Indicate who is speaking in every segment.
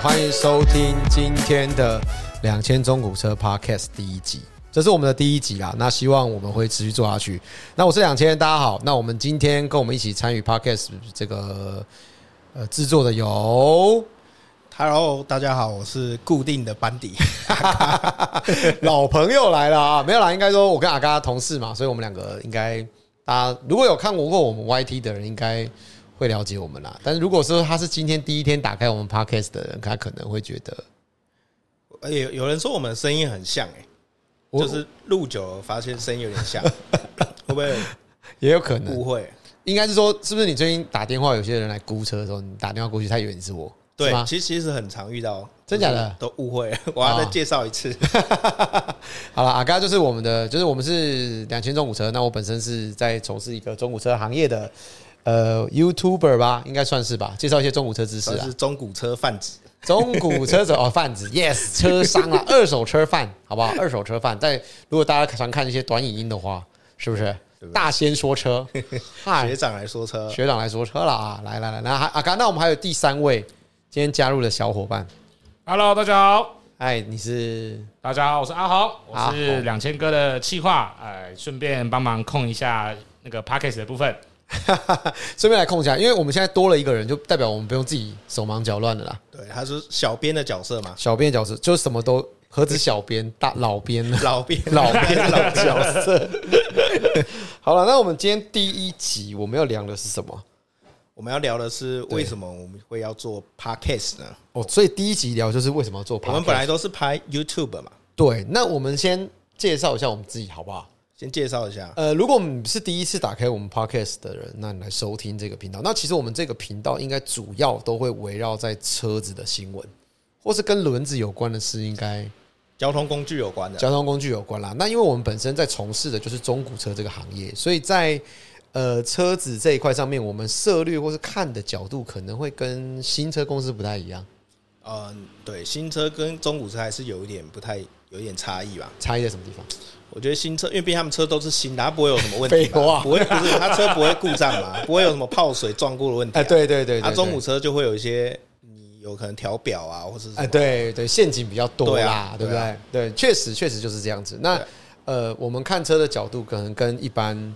Speaker 1: 欢迎收听今天的两千中古车 Podcast 第一集，这是我们的第一集啦。那希望我们会持续做下去。那我是两千，大家好。那我们今天跟我们一起参与 Podcast 这个呃制作的有
Speaker 2: Hello，大家好，我是固定的班底。
Speaker 1: 老朋友来了啊，没有啦，应该说我跟阿嘎同事嘛，所以我们两个应该大家如果有看过过我们 YT 的人，应该会了解我们啦。但是如果说他是今天第一天打开我们 Podcast 的人，他可能会觉得
Speaker 2: 呃有有人说我们声音很像、欸，
Speaker 1: 我
Speaker 2: 就是录久了发现声音有 点像，会不会
Speaker 1: 也有可能
Speaker 2: 误会？
Speaker 1: 应该是说，是不是你最近打电话，有些人来估车的时候，你打电话过去，他以为你是我，
Speaker 2: 对
Speaker 1: 是 吗，？
Speaker 2: 其实其实很常遇到，
Speaker 1: 真假的哦
Speaker 2: 都误会了。 我要再介绍一次，
Speaker 1: 好了，阿嘎就是我们的，就是我们是两千中古车。那我本身是在从事一个中古车行业的呃 YouTuber 吧，应该算是吧，介绍一些中古车知识
Speaker 2: 算
Speaker 1: 啊
Speaker 2: 是。中古车贩子。
Speaker 1: 中古车手哦，贩子，yes，车 商啊，二手车贩，好不好？二手车贩，但如果大家常看一些短影音的话，是不是？大仙说 车，嗨
Speaker 2: 学，长来说车，
Speaker 1: 学长来说车了啊！来来来，那还阿嘎，那我们还有第三位今天加入的小伙伴，
Speaker 3: Hello，大家好，
Speaker 1: 哎，你是
Speaker 3: 大家好，我是阿豪，
Speaker 1: 阿豪
Speaker 3: 我是两千哥的企划，哎，顺便帮忙控一下那个 p a c k a g e 的部分。
Speaker 1: 顺便来控一下，因为我们现在多了一个人，就代表我们不用自己手忙脚乱的啦。
Speaker 2: 对，他是小编的角色嘛，
Speaker 1: 小编角色就什么都何止小编，大老编 了，
Speaker 2: 老编
Speaker 1: 老编老角色。好了，那我们今天第一集我们要聊的是什么？
Speaker 2: 我们要聊的是为什么我们会要做 podcast 呢？
Speaker 1: 哦，所以第一集聊就是为什么要做 podcast。
Speaker 2: 我们本来都是拍 YouTube 嘛，
Speaker 1: 对，那我们先介绍一下我们自己好不好？
Speaker 2: 先介绍一下。
Speaker 1: 呃，如果你是第一次打开我们 podcast 的人，那你来收听这个频道。那其实我们这个频道应该主要都会围绕在车子的新闻，或是跟轮子有关的事，应该
Speaker 2: 交通工具有关的，
Speaker 1: 交通工具有关啦。那因为我们本身在从事的就是中古车这个行业，所以在呃车子这一块上面，我们涉略或是看的角度可能会跟新车公司不太一样。
Speaker 2: 嗯，对，新车跟中古车还是有一点不太，有一点差异吧。
Speaker 1: 差异在什么地方？
Speaker 2: 我觉得新车，因为毕竟他们车都是新的，它不会有什么问
Speaker 1: 废
Speaker 2: 题
Speaker 1: 话
Speaker 2: 嘛，不会不是他车不会故障嘛，不会有什么泡水撞过的问题、
Speaker 1: 哎、对对对
Speaker 2: 啊，
Speaker 1: 对，
Speaker 2: 中古
Speaker 1: 对
Speaker 2: 车就会有一些你有可能调表啊，或是什么
Speaker 1: 哎，对对，陷阱比较多
Speaker 2: 对
Speaker 1: 啦
Speaker 2: 啊，
Speaker 1: 对不
Speaker 2: 对
Speaker 1: 对
Speaker 2: 啊？
Speaker 1: 对，确实确实就是这样子。那
Speaker 2: 对
Speaker 1: 呃，我们看车的角度可能跟一般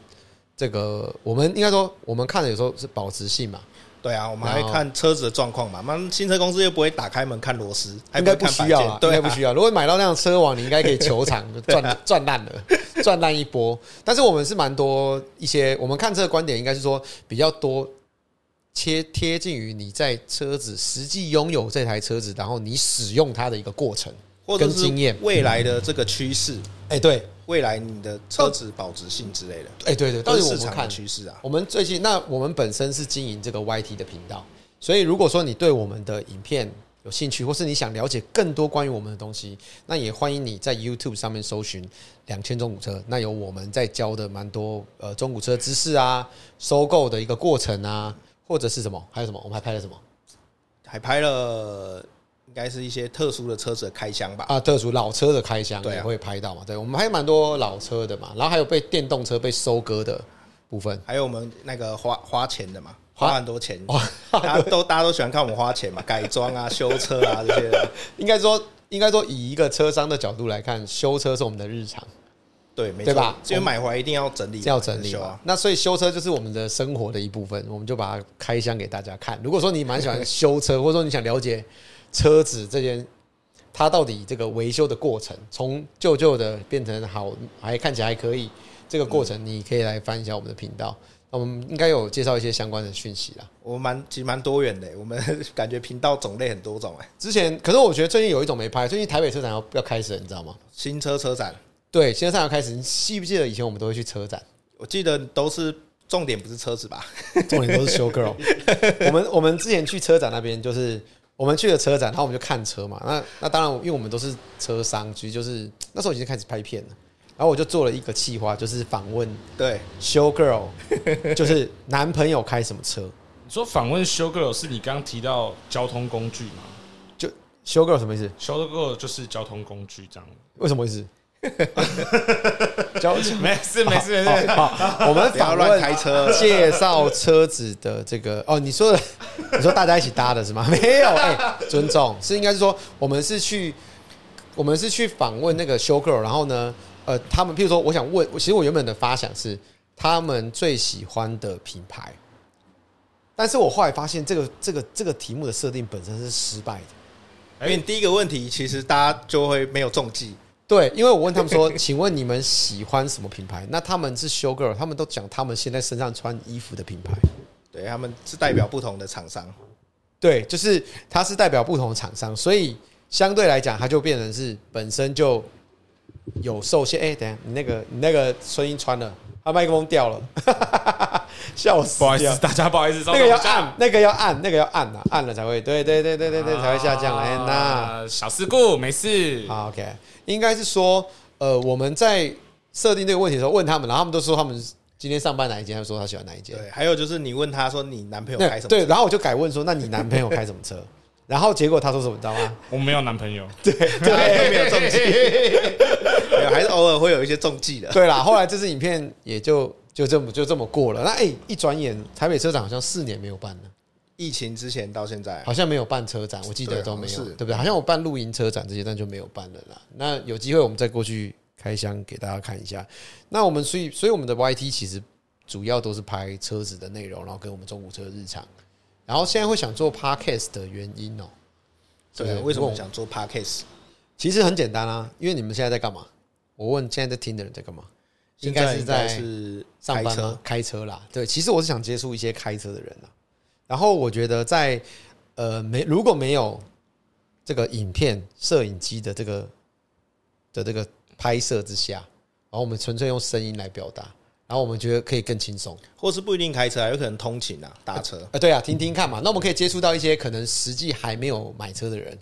Speaker 1: 这个，我们应该说我们看的有时候是保值性嘛，
Speaker 2: 对啊，我们还
Speaker 1: 然后
Speaker 2: 会看车子的状况嘛。那新车公司又不会打开门看螺丝，还
Speaker 1: 应该
Speaker 2: 会
Speaker 1: 不
Speaker 2: 看
Speaker 1: 需
Speaker 2: 摆
Speaker 1: 要
Speaker 2: 件
Speaker 1: 啦，应
Speaker 2: 对、
Speaker 1: 该
Speaker 2: 啊，
Speaker 1: 不需要。如果买到那辆车网，你应该可以球 场赚赚烂了，赚烂一波。但是我们是蛮多一些，我们看这个观点应该是说比较多贴贴近于你在车子实际拥有这台车子，然后你使用它的一个过程。
Speaker 2: 或者
Speaker 1: 跟
Speaker 2: 是
Speaker 1: 经验
Speaker 2: 未来的这个趋势，
Speaker 1: 哎、对，
Speaker 2: 未来你的车子保值性之类的，
Speaker 1: 哎、对对，到
Speaker 2: 都
Speaker 1: 底
Speaker 2: 是
Speaker 1: 我
Speaker 2: 市
Speaker 1: 们
Speaker 2: 场的
Speaker 1: 看
Speaker 2: 趋势啊。
Speaker 1: 我们最近，那我们本身是经营这个 YT 的频道，所以如果说你对我们的影片有兴趣，或是你想了解更多关于我们的东西，那也欢迎你在 YouTube 上面搜寻“两千中古车”，那有我们在教的蛮多呃中古车知识啊，收购的一个过程啊，或者是什么，还有什么，我们还拍了什么
Speaker 2: 还拍了，应该是一些特殊的车子的开箱吧。
Speaker 1: 啊？特殊老车的开箱
Speaker 2: 对啊
Speaker 1: 也会拍到嘛？对，我们还有蛮多老车的嘛，然后还有被电动车被收割的部分。
Speaker 2: 还有我们那个花花钱的嘛，
Speaker 1: 花哦
Speaker 2: 花很多钱，大家都大家都喜欢看我们花钱嘛，改装啊、修车啊这些的。
Speaker 1: 应该说，应该说以一个车商的角度来看，修车是我们的日常。
Speaker 2: 对，没
Speaker 1: 对
Speaker 2: 错
Speaker 1: 吧
Speaker 2: 因为买回来一定要整理嘛，
Speaker 1: 要整理
Speaker 2: 修
Speaker 1: 嘛
Speaker 2: 啊。。
Speaker 1: 那所以修车就是我们的生活的一部分，我们就把它开箱给大家看。如果说你蛮喜欢修车，或者说你想了解车子这件，它到底这个维修的过程，从旧旧的变成好，还看起来还可以，这个过程你可以来翻一下我们的频道。那我们应该有介绍一些相关的讯息啦。
Speaker 2: 我们蛮其实蛮多元的，我们 感觉频道种类很多种哎。
Speaker 1: 之前，可是我觉得最近有一种没拍，最近台北车展要要开始了，你知道吗？
Speaker 2: 新车车展，
Speaker 1: 对，现在上要开始，你记不记得以前我们都会去车展？
Speaker 2: 我记得都是重点不是车子吧？
Speaker 1: 重点都是 show girl。我们我们之前去车展那边，就是我们去了车展，然后我们就看车嘛。那那当然，因为我们都是车商，其实就是那时候已经开始拍片了。然后我就做了一个企划，就是访问
Speaker 2: 对，
Speaker 1: show girl，就是男朋友开什么车。
Speaker 3: 你说访问 Show Girl 是你刚刚提到交通工具吗
Speaker 1: 就 show girl 什么意思？
Speaker 3: ？Show Girl 就是交通工具这样。
Speaker 1: 为什么意思？交
Speaker 3: 没事没事没事，
Speaker 1: 好，哦好 我们
Speaker 2: 不要
Speaker 1: 访
Speaker 2: 乱
Speaker 1: 问
Speaker 2: 开车。
Speaker 1: 介绍车子的这个哦，你说的，你说大家一起搭的是吗？ 没有，哎、尊重是应该是说我们是去我们是去访问那个 show girl，然后呢，呃，他们譬如说，我想问，其实我原本的发想是他们最喜欢的品牌，但是我后来发现这个这个这个题目的设定本身是失败的。哎
Speaker 2: 因为第一个问题，其实大家就会没有中计，
Speaker 1: 对，因为我问他们 说：“请问你们喜欢什么品牌？”那他们是 show girl，他们都讲他们现在身上穿衣服的品牌。
Speaker 2: 对他们是代表不同的厂商。
Speaker 1: 对，就是它是代表不同的厂商，所以相对来讲，它就变成是本身就有受限。哎、等一下，你那个你那个声音穿了，他麦克风掉了， 笑死！
Speaker 3: 不好意思，，大家不好意思，稍
Speaker 1: 那
Speaker 3: 等
Speaker 1: 个要
Speaker 3: 一下
Speaker 1: 按，那个要按，那个要按啊，按了才会，对对对对对对，才会下降。哎、那。
Speaker 3: 啊小事故没事，
Speaker 1: 好，OK，应该是说，呃，我们在设定这个问题的时候问他们，然后他们都说他们今天上班哪一间，他们说他喜欢哪一间。
Speaker 2: 对，还有就是你问他说你男朋友
Speaker 1: 那
Speaker 2: 开什么？
Speaker 1: 对，然后我就改问说，那你男朋友开什么车？然后结果他说什么，你知道吗？
Speaker 3: 我没有男朋友，
Speaker 2: 对，没有中计， 没有，还是偶尔会有一些中计的。
Speaker 1: 对啦，后来这支影片也就就这么就这么过了。那哎、一转眼台北车展好像四年没有办了，
Speaker 2: 疫情之前到现在，
Speaker 1: 好像没有办车展，我记得
Speaker 2: 哎对
Speaker 1: 都没有，
Speaker 2: 好像
Speaker 1: 对不
Speaker 2: 是
Speaker 1: 对？好像我办露营车展这些，但就没有办了啦。那有机会我们再过去开箱给大家看一下。那我们所以所以我们的 YT 其实主要都是拍车子的内容，然后跟我们中古车的日常。然后现在会想做 podcast 的原因哦、是不
Speaker 2: 对啊
Speaker 1: 是，
Speaker 2: 为什
Speaker 1: 问
Speaker 2: 么
Speaker 1: 我
Speaker 2: 想做 podcast？
Speaker 1: 其实很简单啊，因为你们现在在干嘛？我问现在在听的人在干嘛？应
Speaker 2: 现
Speaker 1: 该
Speaker 2: 在
Speaker 1: 是
Speaker 2: 应
Speaker 1: 在
Speaker 2: 该是
Speaker 1: 上
Speaker 2: 开
Speaker 1: 班
Speaker 2: 车
Speaker 1: 吗？开车啦，对，其实我是想接触一些开车的人啦。然后我觉得在呃没如果没有这个影片摄影机的这个的这个拍摄之下，然后我们纯粹用声音来表达，然后我们觉得可以更轻松。
Speaker 2: 或是不一定开车啊，有可能通勤啊，搭车。
Speaker 1: 啊，对啊，听听看嘛。那我们可以接触到一些可能实际还没有买车的人，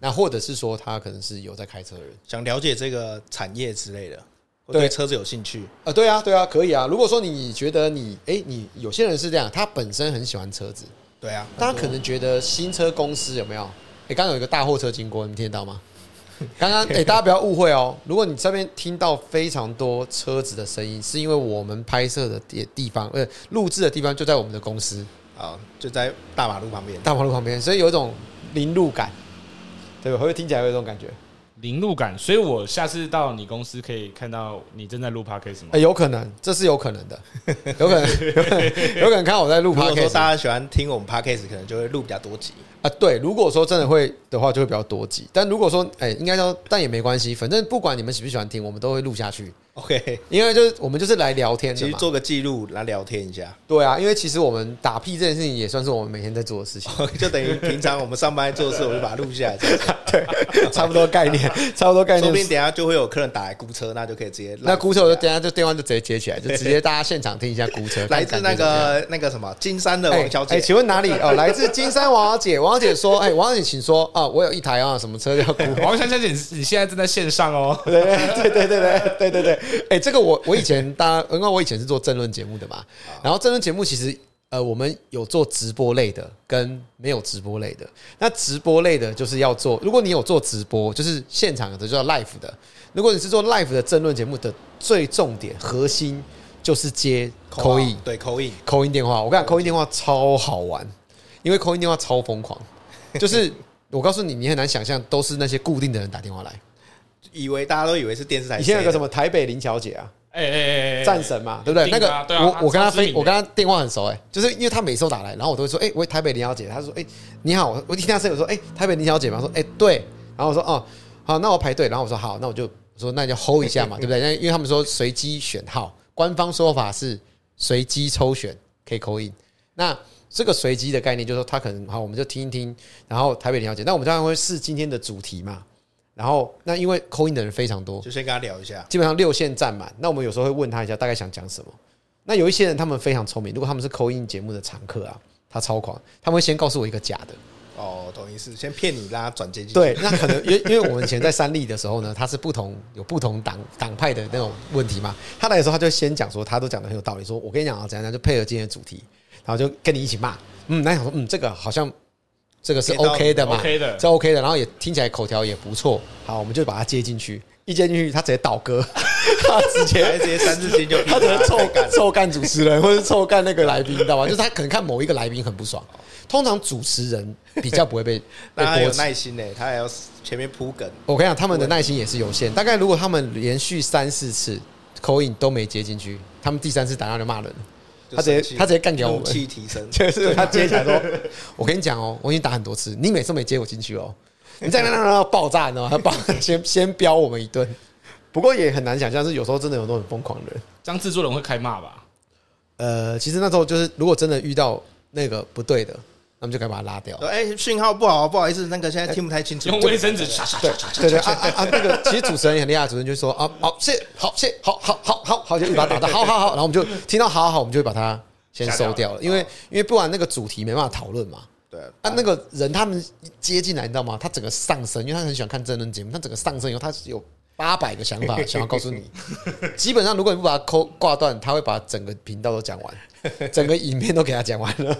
Speaker 1: 那或者是说他可能是有在开车的人。
Speaker 2: 想了解这个产业之类的，或
Speaker 1: 对
Speaker 2: 对车子有兴趣，
Speaker 1: 啊，对啊，对啊，可以啊。如果说你觉得你，哎，你有些人是这样，他本身很喜欢车子，
Speaker 2: 对啊，
Speaker 1: 大家可能觉得新车公司有没有？哎、刚刚有一个大货车经过，你们听得到 吗？刚刚哎，大家不要误会哦。如果你这边听到非常多车子的声音，是因为我们拍摄的地地方，呃，录制的地方就在我们的公司
Speaker 2: 啊，就在大马路 旁边，
Speaker 1: 大马路旁边，所以有一种临路感，对吧？会不会听起来有一种感觉？
Speaker 3: 零路感，所以我下次到你公司可以看到你正在录 podcast 吗
Speaker 1: 哎、？有可能，这是有可能的，有可能， 有可能，有可能看我在录
Speaker 2: 如果说
Speaker 1: podcast
Speaker 2: 大家喜欢听我们 podcast，可能就会录比较多集。
Speaker 1: 啊，对，如果说真的会的话，就会比较多集。但如果说，哎、应该说，但也没关系，反正不管你们喜不喜欢听，我们都会录下去，
Speaker 2: OK，
Speaker 1: 因为就是我们就是来聊天的
Speaker 2: 其实
Speaker 1: 嘛。
Speaker 2: 做个记录来聊天一下，
Speaker 1: 对啊，因为其实我们打屁这件事情也算是我们每天在做的事 情，
Speaker 2: 就等于平常我们上班做事，我就把它录下来，这样子
Speaker 1: 差不多概 念，差不多概
Speaker 2: 说不定
Speaker 1: 念。
Speaker 2: 等一下就会有客人打来估车，那就可以直接
Speaker 1: 那
Speaker 2: 来
Speaker 1: 鼓手就等下就电话就直接接起来，就直接大家现场听一下鼓车。
Speaker 2: 来自
Speaker 1: 看
Speaker 2: 那
Speaker 1: 感觉怎么样
Speaker 2: 个那个什么金山的王小
Speaker 1: 哎、哎
Speaker 2: 姐，
Speaker 1: 请问哪里？哦，来自金山王小姐。王小姐说：“哎、王小姐，请说啊，我有一台啊，什么车叫鼓
Speaker 3: 王香香姐，你你现在正在线上哦。
Speaker 1: 对 对对对对对对对，哎、这个我我以前大家，因为我以前是做政论节目的嘛，然后政论节目其实呃，我们有做直播类的跟没有直播类的。那直播类的就是要做，如果你有做直播，就是现场的就叫 live 的；如果你是做 live 的政论节目的最重点核心就是接口音
Speaker 2: 对口音，
Speaker 1: 口音电话。我跟你讲，口音电话超好玩，因为口音电话超疯狂，就是我告诉你，你很难想象都是那些固定的人打电话 来。
Speaker 2: 以为大家都以为是电视台，啊
Speaker 1: 以前有个什
Speaker 2: 么？
Speaker 1: 么台北林小姐啊，
Speaker 3: 哎哎哎哎，
Speaker 1: 战神嘛，对不对？
Speaker 3: 一
Speaker 1: 那
Speaker 3: 定
Speaker 1: 个
Speaker 3: 的啊对啊
Speaker 1: 我
Speaker 3: 她
Speaker 1: 我跟她
Speaker 3: 超知
Speaker 1: 非
Speaker 3: 名的
Speaker 1: 我跟她电话很熟哎，就是因为她每次都打来，然后我都会说哎，喂，台北林小姐，她说哎你好，我我听她声音我说哎台北林小姐嘛，她说哎对，然后我说哦好，那我排队，然后我说好，那我就我说那你就 hold 一下 嘛，对不对？那因为他们说随机选号，官方说法是随机抽选可以扣印，那。这个随机的概念就是说，他可能好，我们就听一听，然后台北林小姐，那我们当然会试今天的主题嘛。然后，那因为扣印的人非常多，
Speaker 2: 就先跟他聊一下，
Speaker 1: 基本上六线占满。那我们有时候会问他一下，大概想讲什么。那有一些人他们非常聪明，如果他们是口音节目的常客啊，他超狂，他们会先告诉我一个假的。
Speaker 2: 哦，懂意思，先骗你，让他转接进
Speaker 3: 嗯
Speaker 2: 去。
Speaker 1: 对，那可能因为 因为我们以前在三立的时候呢，他是不同有不同党党派的那种问题嘛。他来的时候他就先讲说，他都讲的很有道理，说我跟你讲啊，怎样怎样，就配合今天的主题，然后就跟你一起骂。嗯，那想说，嗯，这个好像这个是
Speaker 2: 接到
Speaker 1: OK 的嘛
Speaker 3: OK 的
Speaker 1: 是 OK 的，然后也听起来口条也不错。好，我们就把它接进去，一接进去他直接倒戈。 他直接
Speaker 2: 来这些三字 经就
Speaker 1: 他只能臭
Speaker 2: 太干了
Speaker 1: 臭干主持人，或者臭干那个来宾，你知道吗？ 就是他可能看某一个来宾很不爽，通常主持人比较不会被被
Speaker 2: 那他
Speaker 1: 波
Speaker 2: 有
Speaker 1: 及。
Speaker 2: 耐心呢，他还要前面铺梗，
Speaker 1: 我跟你讲，他们的耐心也是有限。大概如果他们连续三四次口音都没接进去，他们第三次打电话就骂人了。
Speaker 2: 就
Speaker 1: 他直接
Speaker 2: 生气
Speaker 1: 他直接干掉我
Speaker 2: 怒
Speaker 1: 们
Speaker 2: 气提升，
Speaker 1: 就是他接起来说：“我跟你讲哦，我已经打很多次，你每次都没接我进去哦，你在那那那爆炸，你知道吗？ 他爆先先飙我们一顿。不过也很难想象，是有时候真的有那种很疯狂的人。
Speaker 3: 这样制作人会开骂吧？
Speaker 1: 呃，其实那时候就是，如果真的遇到那个不对的，那么就该把他拉掉。
Speaker 2: 说哎讯号不好，不好意思，那个现在听不太清楚，
Speaker 3: 用卫生纸刷刷刷刷
Speaker 1: 对对啊啊啊！那个其实主持人也很厉害，主持人就说啊，好谢，好谢，好好好好好，就一直把他打到好好好，然后我们就听到好好好，我们就会把它先收掉了，哦因为因为不然那个主题没办法讨论嘛。
Speaker 2: 对
Speaker 1: 啊，那个人他们接进来，你知道吗？他整个上升，因为他很喜欢看争论节目，他整个上升以后，他是有八百个想法想要告诉 你。基本上，如果你不把他扣挂断，他会把整个频道都讲完，整个影片都给他讲完 了，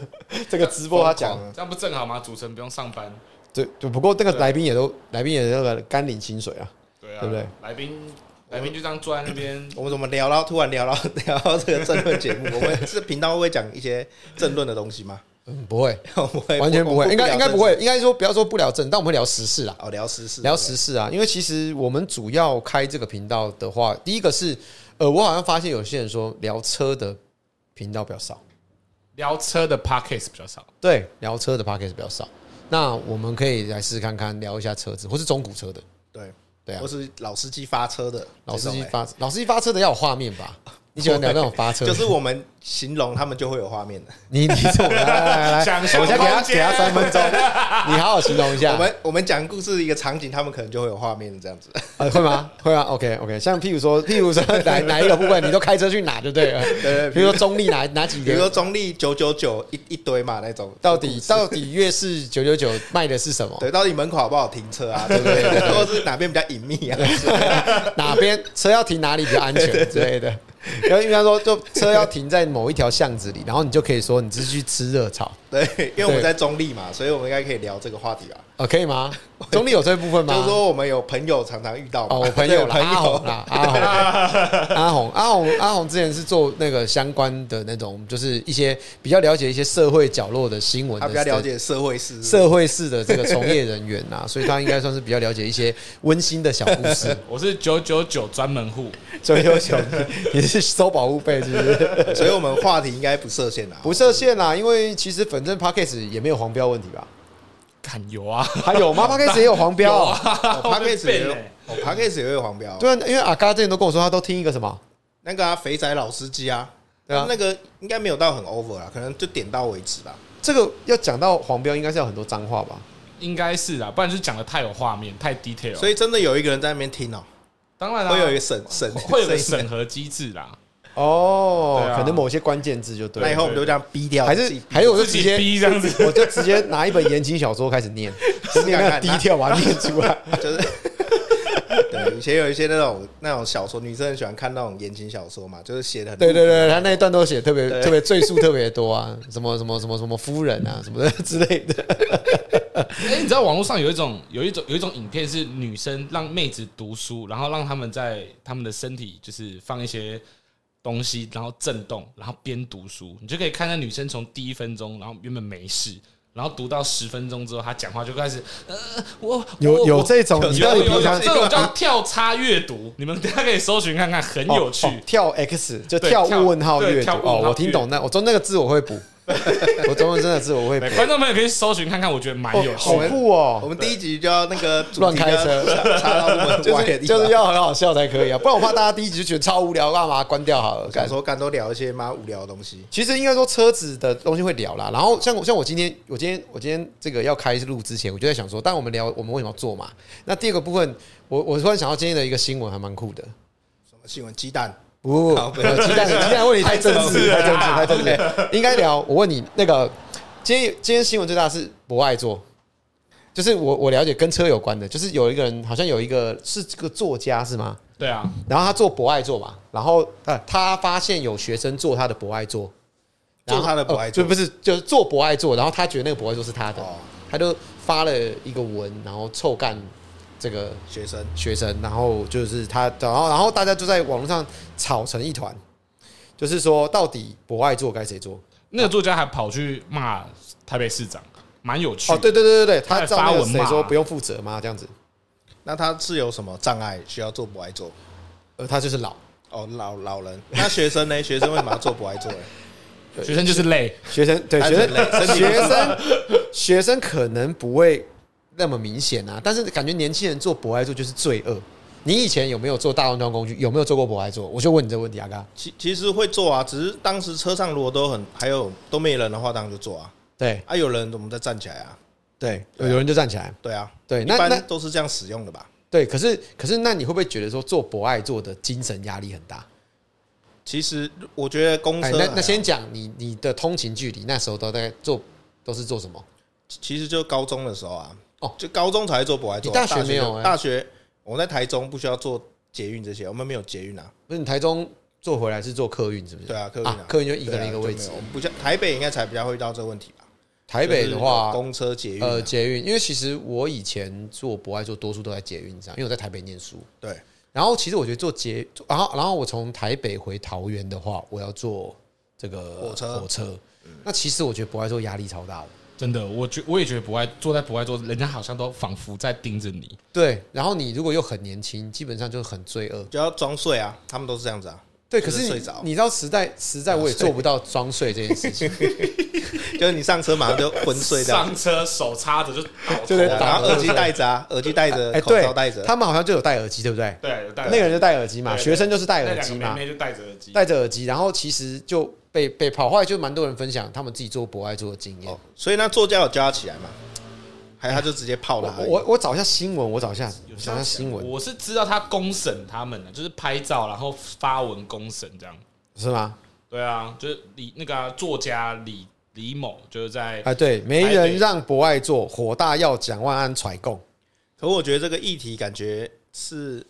Speaker 1: 这个直播他讲
Speaker 2: 疯狂
Speaker 1: 了。
Speaker 3: 这样不正好吗？主持人不用上班，
Speaker 1: 对，就不过那个来宾也都来宾也那个干领薪水啊。
Speaker 3: 对啊，
Speaker 1: 对不对？
Speaker 3: 来宾来宾就这样坐在那边，
Speaker 2: 我们怎么聊到突然聊到 聊到这个政论节目？我们这频道会不会讲一些政论的东西吗？
Speaker 1: 嗯，不会，
Speaker 2: 我们 会
Speaker 1: 完全不会，应该应该不。
Speaker 2: 我
Speaker 1: 会
Speaker 2: 们，
Speaker 1: 应该说不要说不聊政，但我们会聊时事啦
Speaker 2: 聊政治。哦，聊时事，
Speaker 1: 聊时事啊，因为其实我们主要开这个频道的话，第一个是，呃，我好像发现有些人说聊车的频道比较少，
Speaker 3: 聊车的 podcast 比较少。
Speaker 1: 对，聊车的 p o c a s t 比较少。那我们可以来试试看看，聊一下车子，或是中古车的。
Speaker 2: 对
Speaker 1: 对啊
Speaker 2: 或是老司机发车的
Speaker 1: 老司
Speaker 2: 这
Speaker 1: 机
Speaker 2: 种欸
Speaker 1: 发老司机发车的要有画面吧？你喜欢聊那种发车的？
Speaker 2: 就是我们形容他们就会有画面的。
Speaker 1: 你你怎么来来 来来，
Speaker 3: 想
Speaker 1: 我们
Speaker 3: 象
Speaker 1: 先给他
Speaker 3: 空间
Speaker 1: 给他三分钟，你好好形容一下。
Speaker 2: 我们我们讲故事一个场景，他们可能就会有画面 这样子。
Speaker 1: 呃会吗？会啊，OK OK。像譬如说，譬如说 哪哪一个部分，你都开车去哪就对了。
Speaker 2: 对
Speaker 1: 比如说中立哪哪几
Speaker 2: 比如
Speaker 1: 个
Speaker 2: 说中立九九九一一堆嘛那种，
Speaker 1: 到底到底月式九九九卖的是什么？
Speaker 2: 对，到底门口好不好停车啊？对不对？ 或是哪边比较隐秘啊？
Speaker 1: 哪边车要停哪里比较安全之类的？然后应该说，就车要停在某一条巷子里，然后你就可以说你是去吃热炒，
Speaker 2: 对，因为我
Speaker 1: 对
Speaker 2: 们在中立嘛，所以我们应该可以聊这个话题吧。
Speaker 1: 呃，可以 吗？中立有这部分吗？
Speaker 2: 就是说我们有朋友常常遇到嘛
Speaker 1: 哦，我朋友啦，
Speaker 2: 对
Speaker 1: 阿
Speaker 2: 我
Speaker 1: 红
Speaker 2: 朋友
Speaker 1: 啦，阿红，阿红，阿红，阿红之前是做那个相关的那种，就是一些比较了解一些社会角落的新闻的，
Speaker 2: 他比较了解社会事，
Speaker 1: 社会式的这个从业人员呐、 所以他应该算是比较了解一些温馨的小故 事。
Speaker 3: 我是九九九专门户，
Speaker 1: 所以有小，你是收保护费是不是？
Speaker 2: 所以我们话题应该不设限啊。
Speaker 1: 不设限啦，因为其实反正 podcast 也没有黄标问题吧？
Speaker 3: 看有啊，
Speaker 1: 还有吗？podcast 也有黄标、
Speaker 3: 有啊，
Speaker 2: p a
Speaker 3: 我
Speaker 2: c k
Speaker 3: 被
Speaker 2: a g e 也
Speaker 3: 变
Speaker 2: 有
Speaker 3: 嘞。
Speaker 2: p a c k a g e 也有黄标，
Speaker 1: 欸对啊，因为阿嘎之前都跟我说，他都听一个什么？
Speaker 2: 那个啊，肥仔老司机啊，
Speaker 1: 对啊
Speaker 2: 那个应该没有到很 over 啊，可能就点到为止吧。
Speaker 1: 这个要讲到黄标，应该是有很多脏话吧？
Speaker 3: 应该是啊，不然就是讲的太有画面，太
Speaker 1: 啊
Speaker 3: detail。
Speaker 2: 所
Speaker 3: 以
Speaker 2: 以真的有一个人在那边听哦，
Speaker 3: 当然啦，
Speaker 2: 会有一个审审，
Speaker 3: 会有一个
Speaker 2: 声音
Speaker 3: 审核机制啦，
Speaker 1: 哦
Speaker 3: 对，啊
Speaker 1: 可能某些关键字就
Speaker 2: 的，那
Speaker 1: 对
Speaker 2: 以
Speaker 1: 了，
Speaker 2: 后我们就这样逼掉，
Speaker 1: 还
Speaker 2: 自
Speaker 1: 是
Speaker 2: 己逼
Speaker 1: 还有我就
Speaker 3: 自
Speaker 1: 直
Speaker 3: 己
Speaker 1: 接
Speaker 3: 逼这样子。
Speaker 1: 我就直接拿一本言情小说开始 念，
Speaker 2: 试看
Speaker 1: 念那个
Speaker 2: 看
Speaker 1: 低调把它念出来。
Speaker 2: 就是 对，以前有一些那种那种小说，女生很喜欢看那种言情小说嘛，就是写的很
Speaker 1: 对对对，他那一段都写特别
Speaker 2: 对
Speaker 1: 特别赘述特别多啊， 什么什么什么什么夫人啊什么的 之类的。
Speaker 3: 哎，你知道网络上有一种有一种有一种影片是女生让妹子读书，然后让他们在他们的身体就是放一些东西，然后震动，然后边读书，你就可以看那女生从第一分钟，然后原本没事。然后读到十分钟之后，她讲话就开始，呃，我
Speaker 1: 有
Speaker 3: 我
Speaker 1: 有
Speaker 3: 我
Speaker 1: 这种，
Speaker 2: 有
Speaker 1: 你到底
Speaker 3: 有有
Speaker 1: 平
Speaker 3: 有
Speaker 1: 常
Speaker 3: 这种叫跳叉阅读，你们大家可以搜寻看看，很有趣
Speaker 1: 哦。哦跳 X 就
Speaker 3: 对
Speaker 1: 跳
Speaker 3: 跳
Speaker 1: 问号
Speaker 3: 对
Speaker 1: 阅读
Speaker 3: 跳问
Speaker 1: 哦，
Speaker 3: 号
Speaker 1: 我听懂那我中那个字我会 补，我中文真的字我会补
Speaker 3: 对，观众朋友可以搜寻看看，我觉得蛮有
Speaker 1: 哦
Speaker 3: 趣
Speaker 1: 好
Speaker 3: 的。
Speaker 1: 酷
Speaker 2: 我
Speaker 1: 哦，
Speaker 2: 们第一集就要那个主题
Speaker 1: 乱开车
Speaker 2: 就要插到 我们
Speaker 1: 就
Speaker 2: 歪的
Speaker 1: 是
Speaker 2: 地方，
Speaker 1: 就是要很好笑才可以啊，不然我怕大家第一集就觉得超无聊，干嘛关掉好了？干
Speaker 2: 敢说敢都聊一些妈无聊的东西，
Speaker 1: 其实应该说车子的东西会聊啦，然后像我像我今天我今天我今天这个要开录之前，我就在想说，但我们聊我们为什么要做嘛？那第二个部分，我我突然想到今天的一个新闻还蛮酷的，
Speaker 2: 什么新闻鸡蛋，
Speaker 1: 不，
Speaker 2: 好
Speaker 1: 鸡蛋鸡蛋问题太政治了，
Speaker 3: 太
Speaker 1: 太政治
Speaker 3: 政治
Speaker 1: 太
Speaker 3: 了
Speaker 1: 政治，应该聊。我问你，那个今天今天新闻最大的是博爱座，就是我我了解跟车有关的，就是有一个人好像有一个是个作家是吗？
Speaker 3: 对啊，
Speaker 1: 然后他做博爱座嘛，然后呃，他发现有学生做他的博爱座，然后
Speaker 2: 做他哦的博爱
Speaker 1: 哦
Speaker 2: 座
Speaker 1: 就不是就是做博爱座，然后他觉得那个博爱座是他的，
Speaker 2: 哦
Speaker 1: 他就发了一个文，然后臭干这个
Speaker 2: 学生
Speaker 1: 学生，然后就是他，然后然后大家就在网络上吵成一团，就是说到底博爱做该谁做？
Speaker 3: 那个作家还跑去骂台北市长，蛮有趣
Speaker 1: 哦，对对对对对，他
Speaker 3: 还
Speaker 1: 照
Speaker 3: 发
Speaker 1: 那个
Speaker 3: 文
Speaker 1: 谁
Speaker 3: 骂
Speaker 1: 说不用负责吗？这样子，
Speaker 2: 那他是有什么障碍需要做不爱做？
Speaker 1: 呃，他就是老
Speaker 2: 哦，老老人。那学生呢？学生为什么要做不 爱做呢？
Speaker 1: 对
Speaker 3: 学生就是累，
Speaker 1: 学生，对
Speaker 2: 他
Speaker 1: 学
Speaker 2: 是 累
Speaker 1: 生
Speaker 2: 身体
Speaker 1: 学生 学生可能不会那么明显啊，但是感觉年轻人做博爱做就是罪恶。你以前有没有做大众交通工具？有没有做过博爱做？我就问你这个问题，阿嘎。
Speaker 2: 其其实会做啊，只是当时车上如果都很还有都没人的话，当然就做啊。
Speaker 1: 对
Speaker 2: 啊，有人我们再站起来啊。
Speaker 1: 对，有有人就站起来。
Speaker 2: 对啊，
Speaker 1: 对，
Speaker 2: 一
Speaker 1: 那那
Speaker 2: 般都是这样使用的吧？
Speaker 1: 对，可是可是那你会不会觉得说做博爱做的精神压力很大？
Speaker 2: 其实我觉得公
Speaker 1: 哎，
Speaker 2: 车
Speaker 1: 那
Speaker 2: 还好
Speaker 1: 那先讲你你的通勤距离，那时候都在做都是做什么？
Speaker 2: 其实就高中的时候啊，
Speaker 1: 哦
Speaker 2: 哦，就高中才会做博爱做，
Speaker 1: 你大学
Speaker 2: 就
Speaker 1: 没有欸
Speaker 2: 大学我在台中不需要做捷运这些，我们没有捷运啊。
Speaker 1: 不是你台中坐回来是坐客运是不是？
Speaker 2: 对啊客运啊
Speaker 1: 客运就一个人一个位
Speaker 2: 对啊就没
Speaker 1: 置
Speaker 2: 有。我们不像台北应该才比较会遇到这个问题吧？
Speaker 1: 台北的话，
Speaker 2: 就是有公车捷运啊、
Speaker 1: 呃，捷运，因为其实我以前做博爱做多数都在捷运上，因为我在台北念书。
Speaker 2: 对，
Speaker 1: 然后其实我觉得坐捷，然后然后我从台北回桃园的话，我要坐这个
Speaker 2: 火车嗯
Speaker 1: 火车。那其实我觉得博爱做压力超大的。
Speaker 3: 真的，我觉我也觉得不爱坐在不爱坐，人家好像都仿佛在盯着你。
Speaker 1: 对，然后你如果又很年轻，基本上就是很罪恶。
Speaker 2: 就要装睡啊，他们都是这样子啊，
Speaker 1: 对，可
Speaker 2: 就是
Speaker 1: 是
Speaker 2: 睡
Speaker 1: 你
Speaker 2: 着
Speaker 1: 你知道时代时代我也做不到装睡这件事 情，
Speaker 2: 就是你上车马上就昏睡掉，
Speaker 3: 上车手插着就倒
Speaker 1: 就在
Speaker 3: 头
Speaker 2: 对啊
Speaker 1: 打
Speaker 2: 然后耳机
Speaker 1: 对
Speaker 2: 戴着啊，耳机戴着，
Speaker 1: 哎，
Speaker 2: 口罩戴
Speaker 1: 对，
Speaker 2: 着，
Speaker 1: 他们好像就有戴耳机，对不对？
Speaker 3: 对，戴
Speaker 1: 那
Speaker 3: 着
Speaker 1: 个人就戴耳机嘛，
Speaker 3: 对对
Speaker 1: 学生就是戴
Speaker 3: 那
Speaker 1: 耳
Speaker 3: 两
Speaker 1: 机
Speaker 3: 个
Speaker 1: 嘛
Speaker 3: 妹，妹就戴着耳机，
Speaker 1: 戴着耳机，然后其实就被被跑，后来就蛮多人分享他们自己做博爱做的经验。
Speaker 2: 哦，所以那作家有叫他起来嘛？还他就直接泡
Speaker 1: 我
Speaker 2: 他而已？
Speaker 1: 我我找一下新闻，我找一下
Speaker 3: 有
Speaker 1: 我
Speaker 3: 这
Speaker 1: 找
Speaker 3: 样
Speaker 1: 一下
Speaker 3: 想
Speaker 1: 新闻
Speaker 3: 我是知道他公审他们的，就是拍照然后发文公审这样。
Speaker 1: 是吗？
Speaker 3: 对啊，就是李那个啊、作家李李某就是在
Speaker 1: 啊，对，没
Speaker 3: 台北
Speaker 1: 人让博爱做，火大要蒋万安揣供。
Speaker 2: 可我觉得这个议题感觉是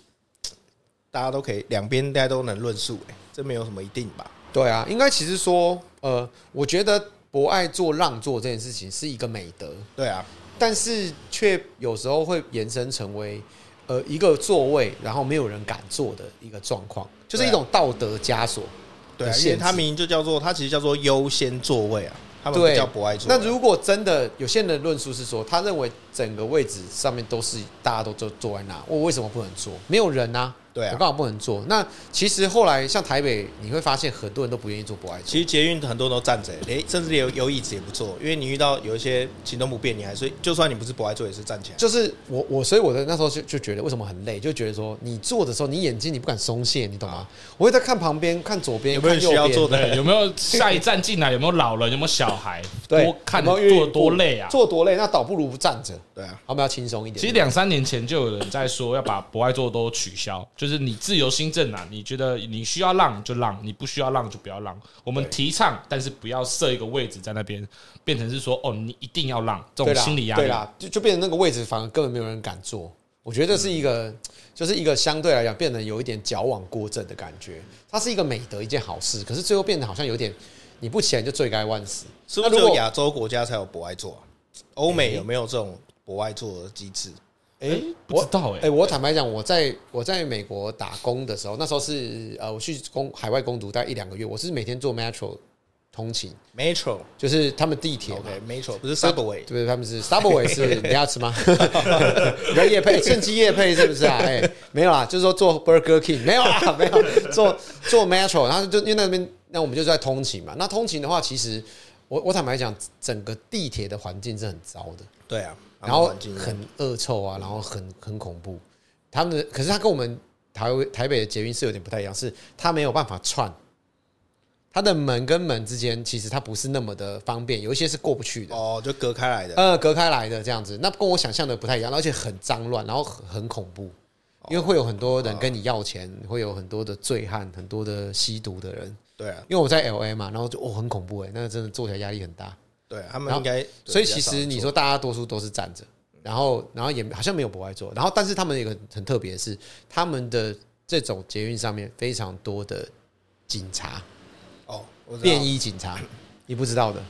Speaker 2: 大家都可以，两边大家都能论述、哎，这没有什么一定吧？
Speaker 1: 对啊，应该其实说，呃，我觉得博爱做让座这件事情是一个美德，
Speaker 2: 对啊，
Speaker 1: 但是却有时候会延伸成为呃一个座位，然后没有人敢坐的一个状况，就是一种道德枷锁。
Speaker 2: 啊对
Speaker 1: 的
Speaker 2: 啊，因
Speaker 1: 限
Speaker 2: 为它
Speaker 1: 制
Speaker 2: 明明就叫做它其实叫做优先座位啊，他们不
Speaker 1: 对
Speaker 2: 叫博爱座位啊。
Speaker 1: 那如果真的有些人的论述是说，他认为整个位置上面都是大家都坐坐在那，我为什么不能坐？没有人啊，
Speaker 2: 对
Speaker 1: 我
Speaker 2: 啊，
Speaker 1: 干嘛不能坐？那其实后来像台北，你会发现很多人都不愿意坐博爱座
Speaker 2: 其，实捷运很多人都站着、哎连甚至连有有椅子也不坐，因为你遇到有一些行动不便，你还是就算你不是博爱座也是站起来。
Speaker 1: 就是我我，所以我的那时候就就觉得为什么很累，就觉得说你坐的时候，你眼睛你不敢松懈，你懂吗？我会在看旁边、看左边、
Speaker 2: 啊有没有
Speaker 1: 看
Speaker 2: 人
Speaker 1: 右
Speaker 2: 需要坐
Speaker 1: 边，
Speaker 2: 的？
Speaker 3: 对有没有下一站进来？有没有老人？有没有小孩？
Speaker 1: 对，
Speaker 3: 多看
Speaker 1: 有没有愿意
Speaker 3: 做多累啊！
Speaker 1: 坐多累，那倒不如站着，
Speaker 2: 对啊，
Speaker 1: 我们要轻松一点。
Speaker 3: 其实两三年前就有人在说要把博爱座都取消，就是你自由新政啊，你觉得你需要让就让，你不需要让就不要让。我们提倡，但是不要设一个位置在那边，变成是说哦，你一定要让这
Speaker 1: 对
Speaker 3: 种
Speaker 1: 啦，
Speaker 3: 心理压
Speaker 1: 对
Speaker 3: 力。
Speaker 1: 啦，就就变成那个位置，反而根本没有人敢坐。我觉得这是一个，
Speaker 3: 嗯
Speaker 1: 就是一个相对来讲变得有一点矫枉过正的感觉。它是一个美德，一件好事，可是最后变得好像有点你不起来就罪该万死。
Speaker 2: 是不
Speaker 1: 那
Speaker 2: 是
Speaker 1: 如
Speaker 2: 只
Speaker 1: 果
Speaker 2: 有亚洲国家才有博爱座啊？欧美有没有这种博爱座的机制？
Speaker 1: 哎、
Speaker 3: 不知道哎、
Speaker 1: 哎、我坦白讲，我在我在美国打工的时候，那时候是呃，我去工海外攻读大概一两个月，我是每天坐 metro 通勤，
Speaker 2: Metro，OK，Metro、
Speaker 1: 就是他们地铁嘛。
Speaker 2: 不是 Subway，
Speaker 1: 对，他们是 Subway 是你要吃吗？ 不要夜配，趁机夜配是不是啊？哎、没有啦，就是说做 Burger King 没有啦， 没有做做 Metro，然后就因为那边那我们就在通勤嘛。那通勤的话，其实我我坦白讲，整个地铁的环境是很糟的，
Speaker 2: 对啊，
Speaker 1: 然后
Speaker 2: 环境
Speaker 1: 很恶臭啊，然后很很恐怖。他们的可是他跟我们台台北的捷运是有点不太一样，是他没有办法串。它的门跟门之间，其实它不是那么的方便，有一些是过不去的。
Speaker 2: 哦，就隔开来的。
Speaker 1: 呃，隔开来的这样子，那跟我想象的不太一样，而且很脏乱，然后很很恐怖，因为会有很多人跟你要钱，会有很多的醉汉，很多的吸毒的人。
Speaker 2: 对啊，
Speaker 1: 因为我在 L A 嘛，然后就哦很恐怖哎、那个真的做起来压力很大，
Speaker 2: 对啊，他们
Speaker 1: 然后
Speaker 2: 应该。
Speaker 1: 所以其实你说大家多数都是站着，然后然后也好像没有不爱做，然后但是他们有一个很很特别的是，他们的这种捷运上面非常多的警察，
Speaker 2: 哦，我知道
Speaker 1: 便衣警察，你不知道的。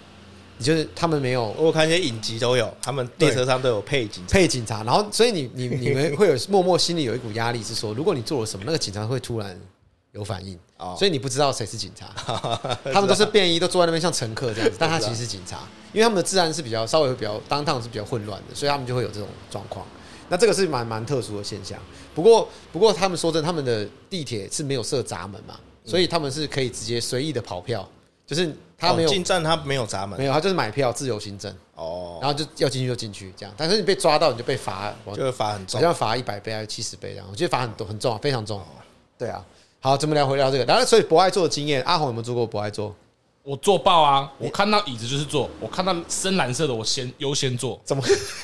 Speaker 1: 就是他们没有
Speaker 2: 我有看一些影集都有，他们列车上都有配警察。
Speaker 1: 配警察，然后所以你 你你们会有默默心里有一股压力，是说如果你做了什么，那个警察会突然有反应，
Speaker 2: 哦
Speaker 1: 所以你不知道谁是警 察，他们都是便衣，都坐在那边像乘客这样子，但他其实是警察，因为他们的治安是比较稍微会比较当趟是比较混乱的，所以他们就会有这种状况。那这个是蛮蛮特殊的现象。不过不过他们说真的，他们的地铁是没有设闸门嘛，
Speaker 2: 嗯
Speaker 1: 所以他们是可以直接随意的跑票，就是他没有、
Speaker 2: 哦进站，他没有闸
Speaker 1: 没
Speaker 2: 门。
Speaker 1: 有，他就是买票自由行政，
Speaker 2: 哦，
Speaker 1: 然后就要进去就进去这样，但是你被抓到你就被罚，往
Speaker 2: 就是罚很
Speaker 1: 好
Speaker 2: 重。
Speaker 1: 像罚一百倍还是七十倍这样，我觉得罚很多很重啊，非常重。
Speaker 3: 哦
Speaker 1: 对啊，好，怎么聊回聊这个？然后所以博爱做的经验，阿红有没有做过博爱做？
Speaker 3: 我坐爆啊！我看到椅子就是坐，我看到深蓝色的我先优先坐。
Speaker 1: 怎么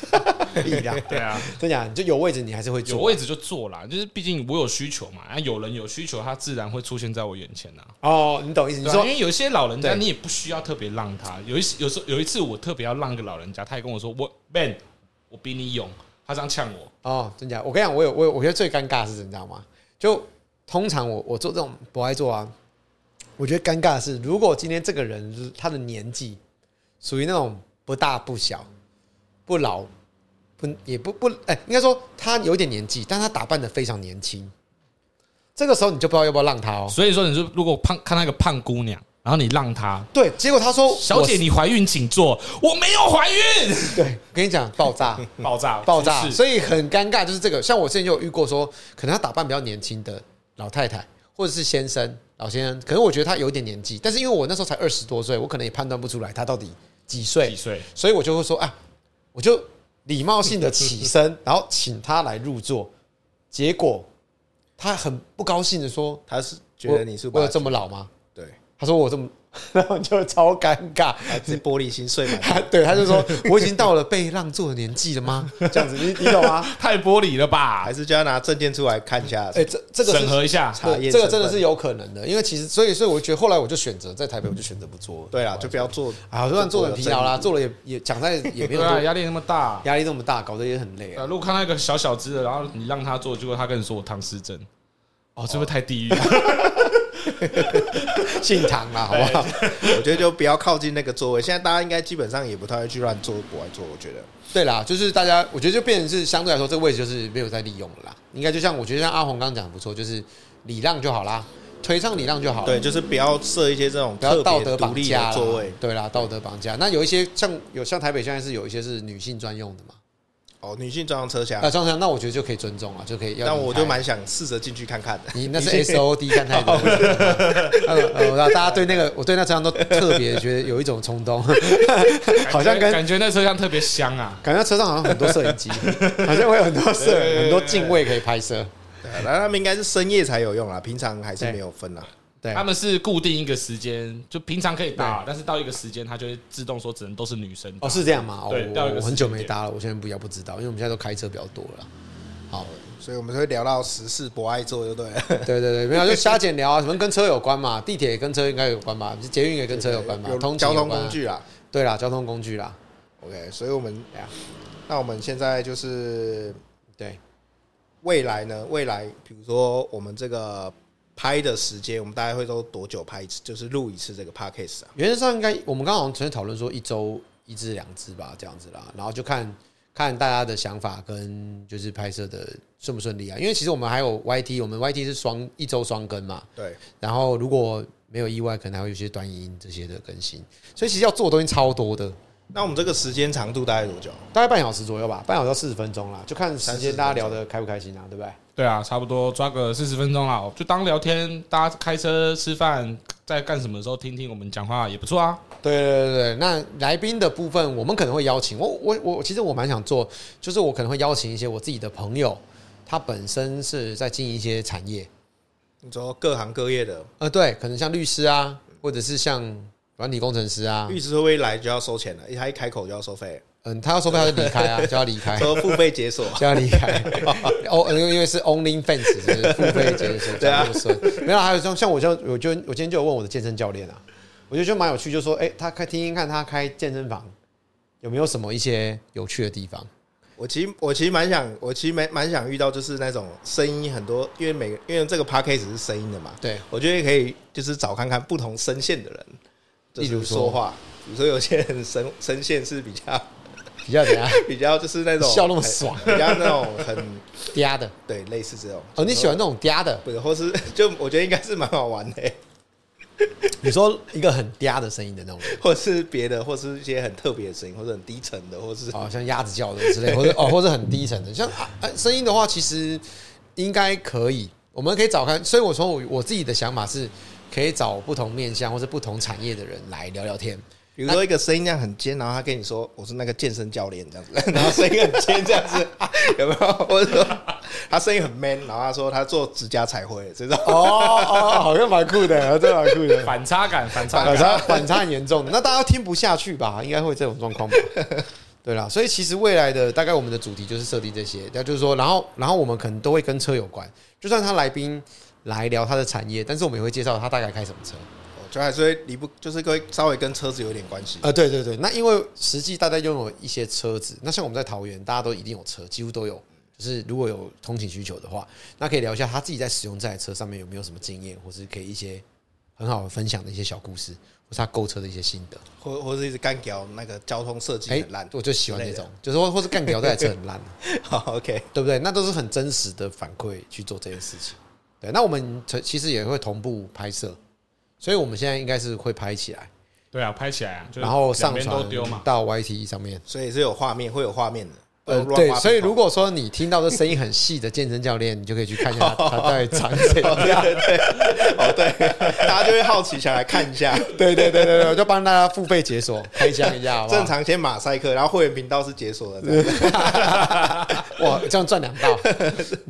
Speaker 1: 力量？
Speaker 3: 对啊，
Speaker 1: 真假？你就有位置，你还是会
Speaker 3: 有
Speaker 1: 做
Speaker 3: 位置就坐啦，就是毕竟我有需求嘛，啊，有人有需求，他自然会出现在我眼前呐、啊。
Speaker 1: 哦。你懂意思？你
Speaker 3: 对啊
Speaker 1: 说
Speaker 3: 因为有一些老人家，
Speaker 1: 对
Speaker 3: 你也不需要特别让他。有一些有时候有一次，我特别要让一个老人家，他也跟我说：“我 Ben，我比你勇。”他这样呛我，
Speaker 1: 哦，真假？我跟你讲，我有我有我觉得最尴尬的是什么，你知道吗？就通常我我做这种博爱做啊，我觉得尴尬的是，如果今天这个人就是他的年纪属于那种不大不小、不老不也不不哎、应该说他有一点年纪，但他打扮的非常年轻。这个时候你就不知道要不要让他哦。
Speaker 3: 所以说你说如果胖看到一个胖姑娘，然后你让她，
Speaker 1: 对，结果他说：“
Speaker 3: 小姐，
Speaker 1: 我，
Speaker 3: 你怀孕请坐。”我没有怀孕，
Speaker 1: 对，我跟你讲，爆炸。”
Speaker 3: 爆炸
Speaker 1: 嗯爆炸，
Speaker 3: 是
Speaker 1: 所以很尴尬，就是这个。像我之前就有遇过说，可能他打扮比较年轻的老太太或者是先生老先生，可能我觉得他有一点年纪，但是因为我那时候才二十多岁，我可能也判断不出来他到底几岁
Speaker 3: 几，岁？
Speaker 1: 所以我就会说啊，我就礼貌性的起身，然后请他来入座。结果他很不高兴的说
Speaker 2: 他是觉得你是：“
Speaker 1: 我
Speaker 2: 把
Speaker 1: 有这么老吗
Speaker 2: 对，？”
Speaker 1: 他说：“我这么。” 然后就超尴尬，
Speaker 2: 他这玻璃心碎满地。
Speaker 1: 他对他就说：“ 我已经到了被让座的年纪了吗？”这样子，你你懂吗？
Speaker 3: 太玻璃了吧
Speaker 2: 还？是就要拿证件出来看一下
Speaker 1: 哎、。这这个是
Speaker 3: 审核一下，
Speaker 2: 查
Speaker 1: 对，
Speaker 2: 验
Speaker 1: 这个
Speaker 2: 身
Speaker 1: 真的
Speaker 2: 份
Speaker 1: 是有可能的，因为其实所以所以我觉得后来我就选择在台北，我就选择不做了。
Speaker 2: 对啦，就不要做
Speaker 1: 啊，虽然做的疲劳啦，
Speaker 2: 就
Speaker 1: 做了也也讲在也没
Speaker 3: 对
Speaker 1: 有
Speaker 3: 啊，
Speaker 1: 多
Speaker 3: 压力那么大。
Speaker 1: 压力这么大，搞得也很累
Speaker 3: 啊，
Speaker 1: 啊。
Speaker 3: 如果看到一个小小只的，然后你让他做，结果他跟你说我唐诗症，哦，这会太地狱。嗯
Speaker 1: 姓唐啦，好不好？
Speaker 3: 哎
Speaker 2: 不要争议我觉得就不要靠近那个座位。现在大家应该基本上也不太会去乱坐国外坐，我觉得
Speaker 1: 对啦，就是大家，我觉得就变成是相对来说，这个位置就是没有再利用了啦。应该就像我觉得像阿红刚刚讲的不错，就是礼让就好啦，推倡礼让就好了。
Speaker 2: 对，就是不要设一些这种
Speaker 1: 不要
Speaker 2: 特
Speaker 1: 道
Speaker 2: 别
Speaker 1: 德
Speaker 2: 独
Speaker 1: 绑
Speaker 2: 立
Speaker 1: 架
Speaker 2: 的
Speaker 1: 啦
Speaker 2: 座位。
Speaker 1: 对啦，道德绑架。那有一些像有像台北现在是有一些是女性专用的嘛，
Speaker 2: 哦，女性专用车厢
Speaker 1: 那，装上那我觉得就可以尊重啊，就可以要离开。
Speaker 2: 但我就蛮想试着进去看看的。
Speaker 1: 你那是 S O D 看太多了，呃呃，我知道大家对那个，我对那车厢都特别觉得有一种冲动， 好像跟
Speaker 3: 感觉那车厢特别香啊。
Speaker 1: 感觉车上好像很多摄影机， 好像会有很多摄很多镜位可以拍摄。
Speaker 2: 对啊那他们应该是深夜才有用啦，啊平常还是没有分啊啦。
Speaker 1: 对
Speaker 3: 他，们是固定一个时间，就平常可以搭，但是到一个时间，他就会自动说只能都是女生搭。
Speaker 1: 哦，是这样吗？哦
Speaker 3: 对到一
Speaker 1: 我我
Speaker 3: 个时间点
Speaker 1: 很久没搭了，我现在不要不知道，因为我们现在都开车比较多了。好，
Speaker 2: 所以我们就会聊到时事博爱座，就对了。
Speaker 1: 对对对，没有就瞎简聊啊，什么跟车有关嘛，地铁也跟车应该有关吧，捷运也跟车有关吧，
Speaker 2: 有
Speaker 1: 通勤
Speaker 2: 交
Speaker 1: 有
Speaker 2: 通
Speaker 1: 关啊
Speaker 2: 工，具啦。
Speaker 1: 对啦，交通工具啦，
Speaker 2: OK，所以我们
Speaker 1: 对啊
Speaker 2: 那我们现在就是
Speaker 1: 对，
Speaker 2: 未来呢？未来比如说我们这个拍的时间，我们大概会都多久拍一次？就是录一次这个 podcast 啊？
Speaker 1: 原则上应该，我们刚刚好像曾经讨论说一周一至两支吧，这样子啦，然后就看看大家的想法跟就是拍摄的顺不顺利啊。因为其实我们还有 YT，我们 YT 是双一周双更嘛，
Speaker 2: 对，
Speaker 1: 然后如果没有意外，可能还会有一些短影音这些的更新，所以其实要做的东西超多的，
Speaker 2: 那我们这个时间长度大概多久？
Speaker 1: 大概半小时左右吧，半小时到四十分钟啦，就看时
Speaker 2: 30
Speaker 1: 间大家
Speaker 2: 分
Speaker 1: 聊
Speaker 2: 钟
Speaker 1: 的开不开心啊，对不对？
Speaker 3: 对啊，差不多抓个四十分钟啦，就当聊天，大家开车、吃饭，在干什么的时候听听我们讲话也不错啊。
Speaker 1: 对对对对，那来宾的部分，我们可能会邀请我我我，其实我蛮想做，就是我可能会邀请一些我自己的朋友，他本身是在经营一些产业，
Speaker 2: 你说各行各业的
Speaker 1: 呃，对，可能像律师啊，或者是像软体工程师 啊，
Speaker 2: 律师会不会来就要收钱了？他一开口就要收 费，
Speaker 1: 嗯，他要收费他就离开 啊，就要离开，
Speaker 2: 说付费解锁。
Speaker 1: 就要离 开。哦，因为因为是 Only Fans 就是付费解锁，
Speaker 2: 对啊
Speaker 1: 这样就顺没有，还有像像我像我就我今天就有问我的健身教练啊，我就觉得蛮有趣，就说哎、他开听听看他开健身房有没有什么一些有趣的地方。
Speaker 2: 我其实我其实蛮想，我其实蛮蛮想遇到就是那种声音很多，因为每个因为这个 podcast 是声音的嘛，
Speaker 1: 对，
Speaker 2: 我觉得可以就是找看看不同声线的人，就
Speaker 1: 例如
Speaker 2: 是
Speaker 1: 说
Speaker 2: 说话，比如说有些人 声声线是比较
Speaker 1: 比较怎样
Speaker 2: 比较就是那种
Speaker 1: 笑那么爽
Speaker 2: 很比较那种很
Speaker 1: 嗲的？
Speaker 2: 对类似这种
Speaker 1: 哦，你喜欢那种嗲的？
Speaker 2: 不是，或是就我觉得应该是蛮好玩的、欸
Speaker 1: 你说一个很嗲的声音的那种人，
Speaker 2: 或是别的，或是一些很特别的声音，或者很低沉的，或是
Speaker 1: 哦，像鸭子叫的之类，或者哦，或者很低沉的，像啊啊声音的话，其实应该可以，我们可以找看。所以我从我我自己的想法是，可以找不同面向或者不同产业的人来聊聊天。
Speaker 2: 比如说一个声音量很尖，然后他跟你说我是那个健身教练这样子， 然后声音很尖这样子， 有没有？或者说他声音很 man，然后他说他做指甲彩绘这种，
Speaker 1: 哦哦，好像蛮酷的，真蛮酷的。
Speaker 3: 反差感，反差
Speaker 1: 呃反
Speaker 3: 感。
Speaker 1: 差反差很严重的，那大家听不下去吧？ 应该会这种状况吧？对啦，所以其实未来的大概我们的主题就是设定这些，那就是说，然后然后我们可能都会跟车有关，就算他来宾来聊他的产业，但是我们也会介绍他大概开什么车。
Speaker 2: 我觉得还是会离不，就是会稍微跟车子有点关系。
Speaker 1: 呃，对对对，那因为实际大家拥有一些车子，那像我们在桃园，大家都一定有车，几乎都有。就是如果有通勤需求的话，那可以聊一下他自己在使用这台车上面有没有什么经验，或是可以一些很好的分享的一些小故事，或是他购车的一些心得。
Speaker 2: 或或是一直干掉那个交通设计
Speaker 1: 哎，
Speaker 2: 很烂，
Speaker 1: 我就喜欢这种，就是说或是干掉这台车很烂，
Speaker 2: 好 OK，
Speaker 1: 对不对？那都是很真实的反馈去做这件事情。对，那我们其实也会同步拍摄，所以我们现在应该是会拍起来，
Speaker 3: 对啊，拍起来啊，就是
Speaker 1: 然后
Speaker 3: 两
Speaker 1: 上
Speaker 3: 边
Speaker 1: 传
Speaker 3: 都丢嘛。
Speaker 1: 到 YT 上面。
Speaker 2: 所以是有画面，会有画面的。不
Speaker 1: 呃
Speaker 2: 能，乱
Speaker 1: 对
Speaker 2: 画，
Speaker 1: 所以
Speaker 2: 饼
Speaker 1: 如果说你听到这声音很细的健身教练，你就可以去看一下他他在长怎 样。
Speaker 2: 哦， 对，大家就会好奇想来看一 下。
Speaker 1: 对对对对对，我就帮大家付费解锁，开箱一下好不好
Speaker 2: 正常先马赛克，然后会员频道是解锁的这样 子。
Speaker 1: 哇，这样赚两道，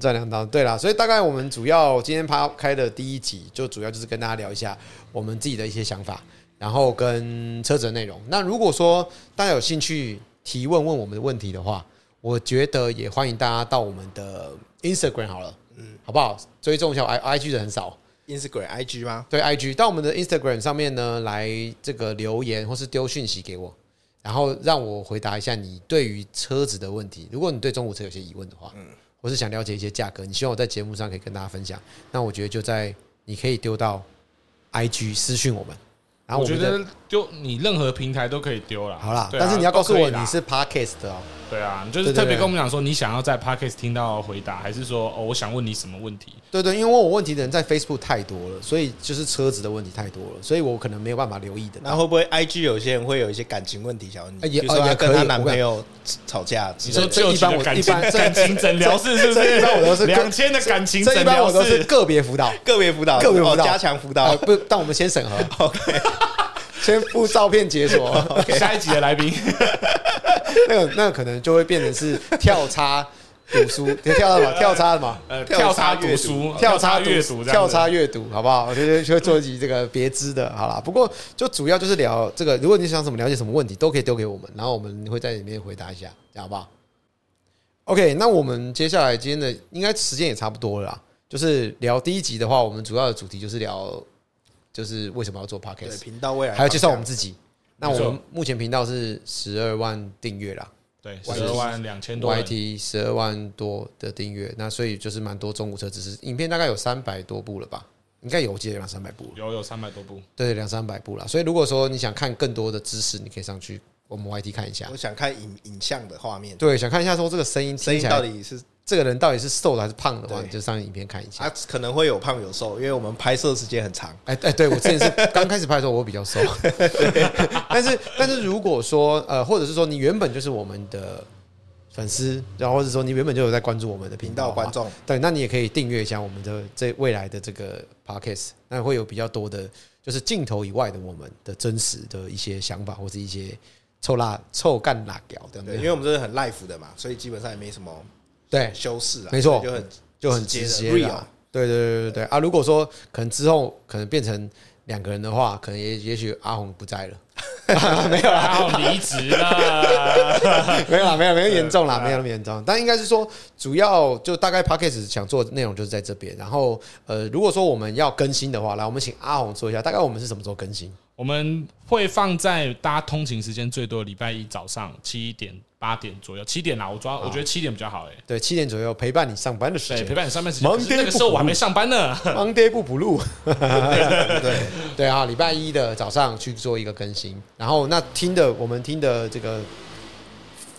Speaker 1: 赚两道。对啦，所以大概我们主要今天趴开的第一集，就主要就是跟大家聊一下我们自己的一些想法，然后跟车子的内容。那如果说大家有兴趣提问问我们的问题的话，我觉得也欢迎大家到我们的 Instagram 好了，嗯，好不好？追踪一下 I IG 的很少，
Speaker 2: Instagram、IG 吗？
Speaker 1: 对 IG 到我们的 Instagram 上面呢来这个留言或是丢讯息给我，然后让我回答一下你对于车子的问题。如果你对中古车有些疑问的话，嗯，或是想了解一些价格，你希望我在节目上可以跟大家分享，那我觉得就在你可以丢到 IG 私讯我们，然后
Speaker 3: 我
Speaker 1: 我
Speaker 3: 觉
Speaker 1: 们的
Speaker 3: 得丢你任何平台都可以丢啦。
Speaker 1: 好啦，
Speaker 3: 对啊
Speaker 1: 但是你要告诉
Speaker 3: 都
Speaker 1: 我
Speaker 3: 可以啦
Speaker 1: 你是 Podcast 的哦，
Speaker 3: 对啊，你就
Speaker 1: 对
Speaker 3: 是
Speaker 1: 对
Speaker 3: 特别
Speaker 1: 对
Speaker 3: 跟我们讲说你想要在 podcast 听到回答，还是说哦我想问你什么问题？
Speaker 1: 对对，因为问我问题的人在 Facebook 太多了，所以就是车子的问题太多了，所以我可能没有办法留意的。
Speaker 2: 然后会不会 IG 有些人会有一些感情问题想问你？
Speaker 1: 哎也
Speaker 2: 比如说
Speaker 1: 哦也
Speaker 2: 她跟
Speaker 1: 可以
Speaker 2: 她男
Speaker 1: 我跟
Speaker 2: 朋友吵架之
Speaker 3: 你
Speaker 2: 类的，
Speaker 3: 说
Speaker 1: 这这
Speaker 3: 就
Speaker 1: 一般我
Speaker 3: 的感
Speaker 1: 一
Speaker 3: 情
Speaker 1: 般这
Speaker 3: 感情诊疗室是不
Speaker 1: 这
Speaker 3: 是？
Speaker 1: 一般我都是
Speaker 3: 两千的感情
Speaker 1: 这一
Speaker 3: 诊
Speaker 1: 般
Speaker 3: 疗
Speaker 1: 我都是
Speaker 3: 室，
Speaker 1: 个别辅导，
Speaker 2: 个别辅导，
Speaker 1: 个别辅
Speaker 2: 哦
Speaker 1: 导
Speaker 2: 加强辅
Speaker 1: 啊
Speaker 2: 导。
Speaker 1: 不，但我们先审核，OK，先附照片解锁，
Speaker 3: 下一集的 来宾
Speaker 1: 那个那个可能就会变成是跳叉读书，跳叉什么？跳叉什么？
Speaker 3: 呃跳
Speaker 2: 跳
Speaker 3: 叉
Speaker 2: 叉
Speaker 3: 读
Speaker 2: 阅读
Speaker 3: 书、
Speaker 1: 跳
Speaker 3: 叉
Speaker 1: 叉
Speaker 3: 阅读、
Speaker 1: 跳叉阅读，好不好？我觉得就做一集这个别枝的，好啦。不过就主要就是聊这个，如果你想什么了解什么问题，都可以丢给我们，然后我们会在里面回答一下，这样好不好？OK，那我们接下来今天的应该时间也差不多了啦，就是聊第一集的话，我们主要的主题就是聊，就是为什么要做 podcast，
Speaker 2: 对频道未来
Speaker 1: 还有介绍我们
Speaker 2: 方
Speaker 1: 自己。那
Speaker 3: 没错
Speaker 1: 我们目前频道是十二万订阅啦
Speaker 3: 对，
Speaker 1: YT
Speaker 3: 十二万两千多人
Speaker 1: ，YT 十二万多的订阅，那所以就是蛮多中古车知识影片，大概有三百多部了吧，应该有，我记得两三百部了，
Speaker 3: 有有三百多 部，
Speaker 1: 对，两三百部啦。所以如果说你想看更多的知识，你可以上去我们 YT 看一下
Speaker 2: 向。我。想看影影像的画面，
Speaker 1: 对，想看一下说这个声音听
Speaker 2: 声音
Speaker 1: 起
Speaker 2: 到
Speaker 1: 来，
Speaker 2: 底是
Speaker 1: 这个人到底是瘦的还是胖的话，
Speaker 2: 对
Speaker 1: 你就上影片看一下。
Speaker 2: 啊，可能会有胖有瘦，因为我们拍摄时间很长。
Speaker 1: 哎哎，对我之前是刚开始拍的时候，我比较瘦， 但是但是如果说呃，或者是说你原本就是我们的粉丝，然后或者说你原本就有在关注我们的频
Speaker 2: 频
Speaker 1: 道
Speaker 2: 道
Speaker 1: 的话
Speaker 2: 观，众
Speaker 1: 对，那你也可以订阅一下我们的这未来的这个 podcast，那会有比较多的，就是镜头以外的我们的真实的一些想法或是一些臭辣臭干辣屌这样
Speaker 2: 对，因
Speaker 1: 子，
Speaker 2: 为我们这是很 live 的嘛，所以基本上也没什么
Speaker 1: 对，
Speaker 2: 修饰啊，
Speaker 1: 没错
Speaker 2: 所以就很
Speaker 1: 就很
Speaker 2: 直
Speaker 1: 直
Speaker 2: 接
Speaker 1: 接
Speaker 2: 的
Speaker 1: 啦对对对对对啊！如果说可能之后可能变成两个人的话，可能也也许阿红不在了。
Speaker 3: 没有啦，我离职了。
Speaker 1: 没有啦，没有，没有严重啦，
Speaker 3: 啊
Speaker 1: 没有那么严重。但应该是说，主要就大概 p a c k a g e 想做的内容就是在这边。然后，呃，如果说我们要更新的话，来，我们请阿红说一下，大概我们是什么时候更新？
Speaker 3: 我们会放在大家通勤时间最多的礼拜一早上七点八点左右，七点啦，我抓我觉得七点比较好哎、
Speaker 1: 对，七点左右陪伴你上班的时
Speaker 3: 对，陪
Speaker 1: 间。
Speaker 3: 伴你上班时
Speaker 1: 忙
Speaker 3: 间，可是那
Speaker 1: 得
Speaker 3: 个
Speaker 1: 不
Speaker 3: 时候我还没上班呢。
Speaker 1: Monday 不补录，
Speaker 2: 对，
Speaker 1: 对啊，礼拜一的早上去做一个更新，然后那听的我们听的这个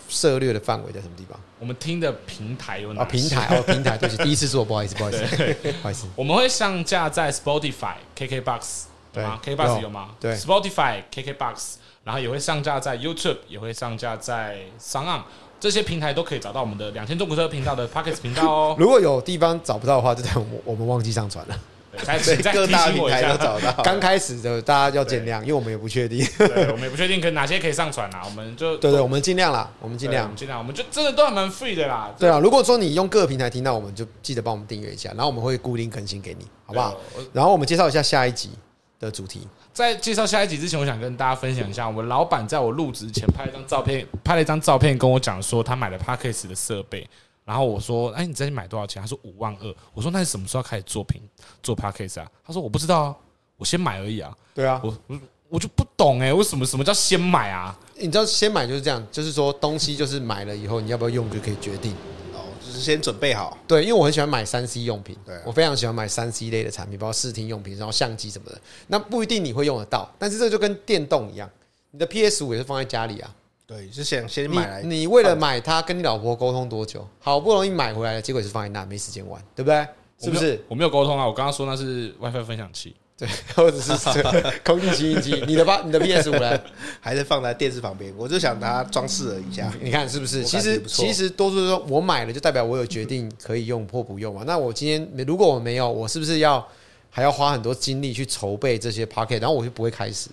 Speaker 1: 涉略的范围在什么地方？
Speaker 3: 我们听的平台有哪
Speaker 1: 啊，
Speaker 3: 些
Speaker 1: 平台哦，平台，对不起，第一次做，不好意思，不好意 思，不好意思。
Speaker 3: 我们会上架在 Spotify、KKBox 有吗
Speaker 1: 对
Speaker 3: ？KKBox
Speaker 1: 有
Speaker 3: 有吗？
Speaker 1: 对
Speaker 3: ，Spotify、KKBox，然后也会上架在 YouTube，也会上架在 s o n 这些平台都可以找到我们的两千中国车频道的 Pockets 频道 哦。
Speaker 1: 如果有地方找不到的话，就在我们我们忘记上传了。
Speaker 3: 对再
Speaker 2: 所
Speaker 3: 请
Speaker 2: 以
Speaker 3: 再
Speaker 2: 各
Speaker 3: 提
Speaker 2: 大
Speaker 3: 醒
Speaker 2: 平
Speaker 3: 我一
Speaker 2: 台都
Speaker 3: 下，
Speaker 2: 找到。
Speaker 1: 刚开始的大家要见谅，因为我们也不确定。
Speaker 3: 对，我们也不确定可哪些可以上传啊啦，我们就
Speaker 1: 对对，我们尽量啦，我们尽
Speaker 3: 对我
Speaker 1: 量
Speaker 3: 们。尽量，我们就真的都还蛮 free 的啦，
Speaker 1: 对啊，如果说你用各个平台听到，我们就记得帮我们订阅一下，然后我们会固定更新给你，好不好？
Speaker 3: 对？我
Speaker 1: 然后我们介绍一下下一集的主题。
Speaker 3: 在介绍下一集之前，我想跟大家分享一下，我老板在我入职前拍了一张照片，拍了一张照片跟我讲说他买了 Parkes 的设备，然后我说：“哎，你这里买多少钱？”他说：“五万二。”我说：“那你什么时候开始做屏做 Parkes 啊？”他说：“我不知道啊，我先买而已啊。
Speaker 1: 对啊，
Speaker 3: 我”我我就不懂哎、为什么什么叫先买啊？
Speaker 1: 你知道先买就是这样，就是说东西就是买了以后你要不要用就可以决定。
Speaker 2: 哦，就是先准备好。
Speaker 1: 对，因为我很喜欢买三 C 用品，
Speaker 2: 对啊
Speaker 1: 我非常喜欢买三 C 类的产品，包括视听用品，然后相机什么的。那不一定你会用得到，但是这就跟电动一样，你的 PS 五也是放在家里啊。
Speaker 2: 对，就想先买来
Speaker 1: 你你为了买它，跟你老婆沟通多久？好不容易买回来了，结果也是放在那，没时间玩，对不对？是不是？
Speaker 3: 我没有？我没有沟通啊，我刚刚说那是 WiFi 分享器，
Speaker 1: 对，或者 是空气清新机，你的吧，你的 PS 五呢？
Speaker 2: 还是放在电视旁边，我就想拿它装饰了一下。
Speaker 1: 你看是不是？
Speaker 2: 我
Speaker 1: 其
Speaker 2: 感觉
Speaker 1: 实
Speaker 2: 不错
Speaker 1: 其实多数说我买了，就代表我有决定可以用或不用嘛。那我今天如果我没有，我是不是要还要花很多精力去筹备这些 pocket，然后我就不会开始？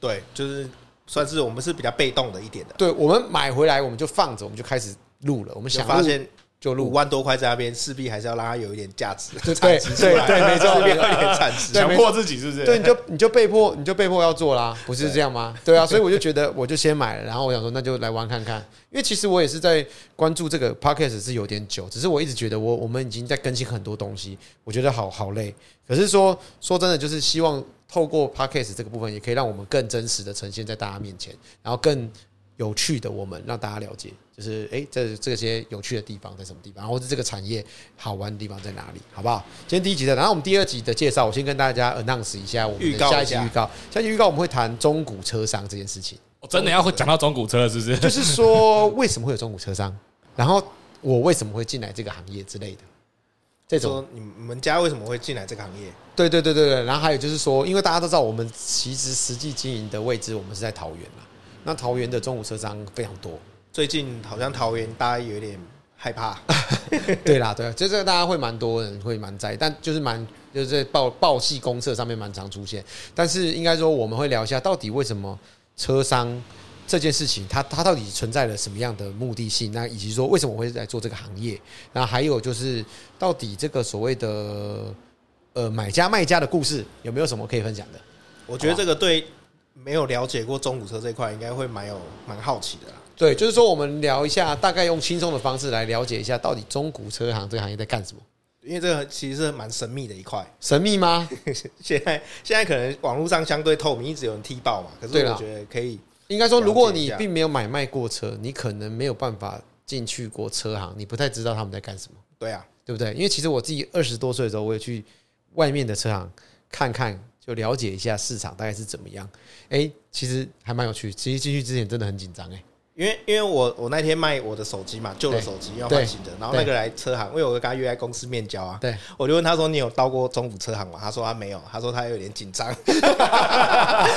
Speaker 2: 对，就是算是我们是比较被动的一点的。
Speaker 1: 对，我们买回来我们就放着，我们就开始录了，我们
Speaker 2: 就
Speaker 1: 想
Speaker 2: 发
Speaker 1: 录
Speaker 2: 现
Speaker 1: 就
Speaker 2: 五
Speaker 1: 录。
Speaker 2: 万多块在那边，势必还是要让它有一点价值，
Speaker 1: 对
Speaker 2: 产值出来
Speaker 1: 对对没错
Speaker 2: 势必要有一点产值。
Speaker 1: 对没
Speaker 3: 迫自己是不是
Speaker 1: 对，你就你就被迫你就被迫要做啦，不是这样吗？对啊，所以我就觉得 我就先买了，然后我想说那就来玩看看，因为其实我也是在关注这个 podcast 是有点久，只是我一直觉得我我们已经在更新很多东西，我觉得好好累。可是说说真的，就是希望透过 podcast 这个部分，也可以让我们更真实的呈现在大家面前，然后更有趣的我们让大家了解，就是诶，这这些有趣的地方在什么地方，然后或是这个产业好玩的地方在哪里，好不好？今天第一集的，然后我们第二集的介绍，我先跟大家 announce 一下我们
Speaker 2: 预
Speaker 1: 的
Speaker 2: 告一
Speaker 1: 下一集
Speaker 2: 下
Speaker 1: 预告，下一集预告我们会谈中古车商这件事情，
Speaker 3: 我真的要会讲到中古车了是 不是？
Speaker 1: 就是说为什么会有中古车商，然后我为什么会进来这个行业之类的，这种
Speaker 2: 说你们家为什么会进来这个行业？
Speaker 1: 对对对对对，然后还有就是说，因为大家都知道，我们其实实际经营的位置，我们是在桃园嘛。那桃园的中古车商非常多，
Speaker 2: 最近好像桃园大家有点 害怕，
Speaker 1: 对啦，对啊，就这个大家会蛮多人会蛮在意，但就是蛮就是在报报系公社上面蛮常出现。但是应该说，我们会聊一下到底为什么车商这件事情，它它到底存在了什么样的目的性？那以及说为什么我会来做这个行业？那还有就是到底这个所谓的呃买家卖家的故事有没有什么可以分享的？
Speaker 2: 我觉得这个对没有了解过中古车这一块，应该会蛮有蛮好奇的啦。
Speaker 1: 对，就是说我们聊一下，大概用轻松的方式来了解一下，到底中古车行这个行业在干什么？
Speaker 2: 因为这个其实是蛮神秘的一块，
Speaker 1: 神秘吗？
Speaker 2: 现在现在可能网络上相对透明，一直有人踢爆嘛。可是
Speaker 1: 对啦
Speaker 2: 我觉得可以，
Speaker 1: 应该说，
Speaker 2: 了解
Speaker 1: 如
Speaker 2: 一下
Speaker 1: 果你并没有买卖过车，你可能没有办法进去过车行，你不太知道他们在干什么，
Speaker 2: 对啊，
Speaker 1: 对不对？因为其实我自己二十多岁的时候，我也去外面的车行看看，就了解一下市场大概是怎么样。哎，其实还蛮有趣。其实进去之前真的很紧张，哎，
Speaker 2: 因为因为我我那天卖我的手机嘛，旧的
Speaker 1: 对
Speaker 2: 手机要
Speaker 1: 对
Speaker 2: 换新的，然后那
Speaker 1: 对
Speaker 2: 个来车行，因为我跟他约在公司面交啊，
Speaker 1: 对，
Speaker 2: 我就问他说你有到过中午车行吗？他说啊他没有，他说他有点紧张，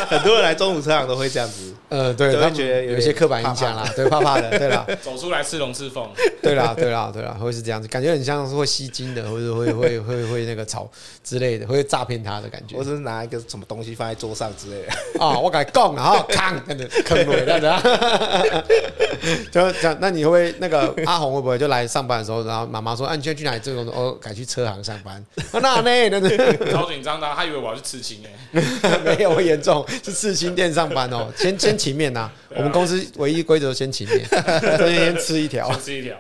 Speaker 2: 很多人来中午车行都会这样 子，
Speaker 1: 呃， 对，
Speaker 2: 就会
Speaker 1: 他们
Speaker 2: 觉得有
Speaker 1: 有一些
Speaker 2: 点
Speaker 1: 刻板
Speaker 2: 怕
Speaker 1: 印
Speaker 2: 怕
Speaker 1: 象啦，对，怕 怕的，对啦。
Speaker 3: 走出来是龙是凤，
Speaker 1: 对啦，对啦，对啦，会是这样子，感觉很像是会吸金的，或者会会会会那个炒之类的，会诈骗他的感觉
Speaker 2: 我只是拿一个什么东西放在桌上之类的，
Speaker 1: 啊！我敢讲啊，扛，真的坑我这样子啊。 就讲，那你会不会那个阿红会不会就来上班的时候，然后妈妈说：“啊，你现在去哪里做工作？”哦，改去车行上班。啊，那呢， 真的
Speaker 3: 超紧张的啊，他以为我要去刺青哎、
Speaker 1: 没有严重，是刺青店上班哦。先先勤面呐、我们公司唯一规则先勤面，所以先吃一条。
Speaker 3: 吃一条。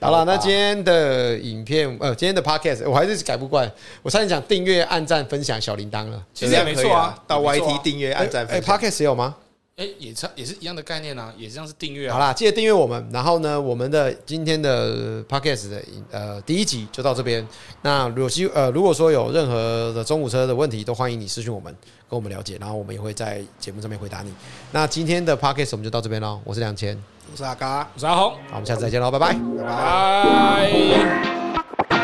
Speaker 1: 好了，那今天的影片呃，今天的 podcast 我还是改不惯，我差点讲订阅、按赞、分享、小铃铛了。
Speaker 3: 其实 也没错啊，
Speaker 2: 到
Speaker 3: 也没错啊
Speaker 2: YT 订阅、按赞、
Speaker 1: 哎、
Speaker 2: 分
Speaker 1: p o
Speaker 2: 享
Speaker 1: d，c a s t 也有吗？
Speaker 3: 哎，也差也是一样的概念啊，也是像是订阅
Speaker 1: 好
Speaker 3: 啊。
Speaker 1: 啦，记得订阅我们。然后呢，我们的今天的 podcast 的呃第一集就到这边。那如果希呃如果说有任何的中午车的问题，都欢迎你私讯我们，跟我们了解，然后我们也会在节目上面回答你。那今天的 podcast 我们就到这边喽，我是两千，
Speaker 2: 我是阿嘎，
Speaker 3: 我是阿红，
Speaker 1: 好，我们下次再见喽，拜拜。
Speaker 2: 拜拜。
Speaker 3: 拜。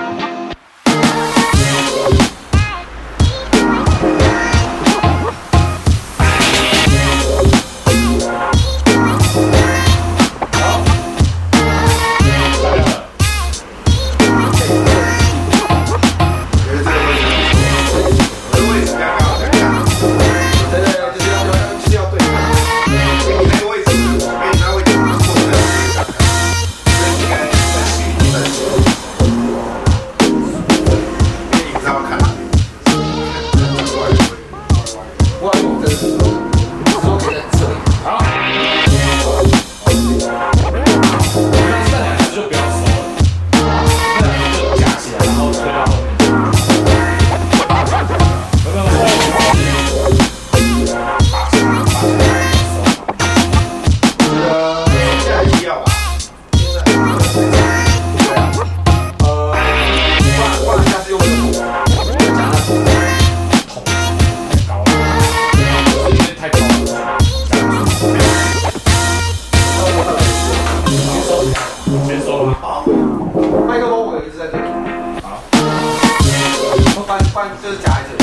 Speaker 4: 麦克风我一直在这里。好，我搬搬就是夹一次。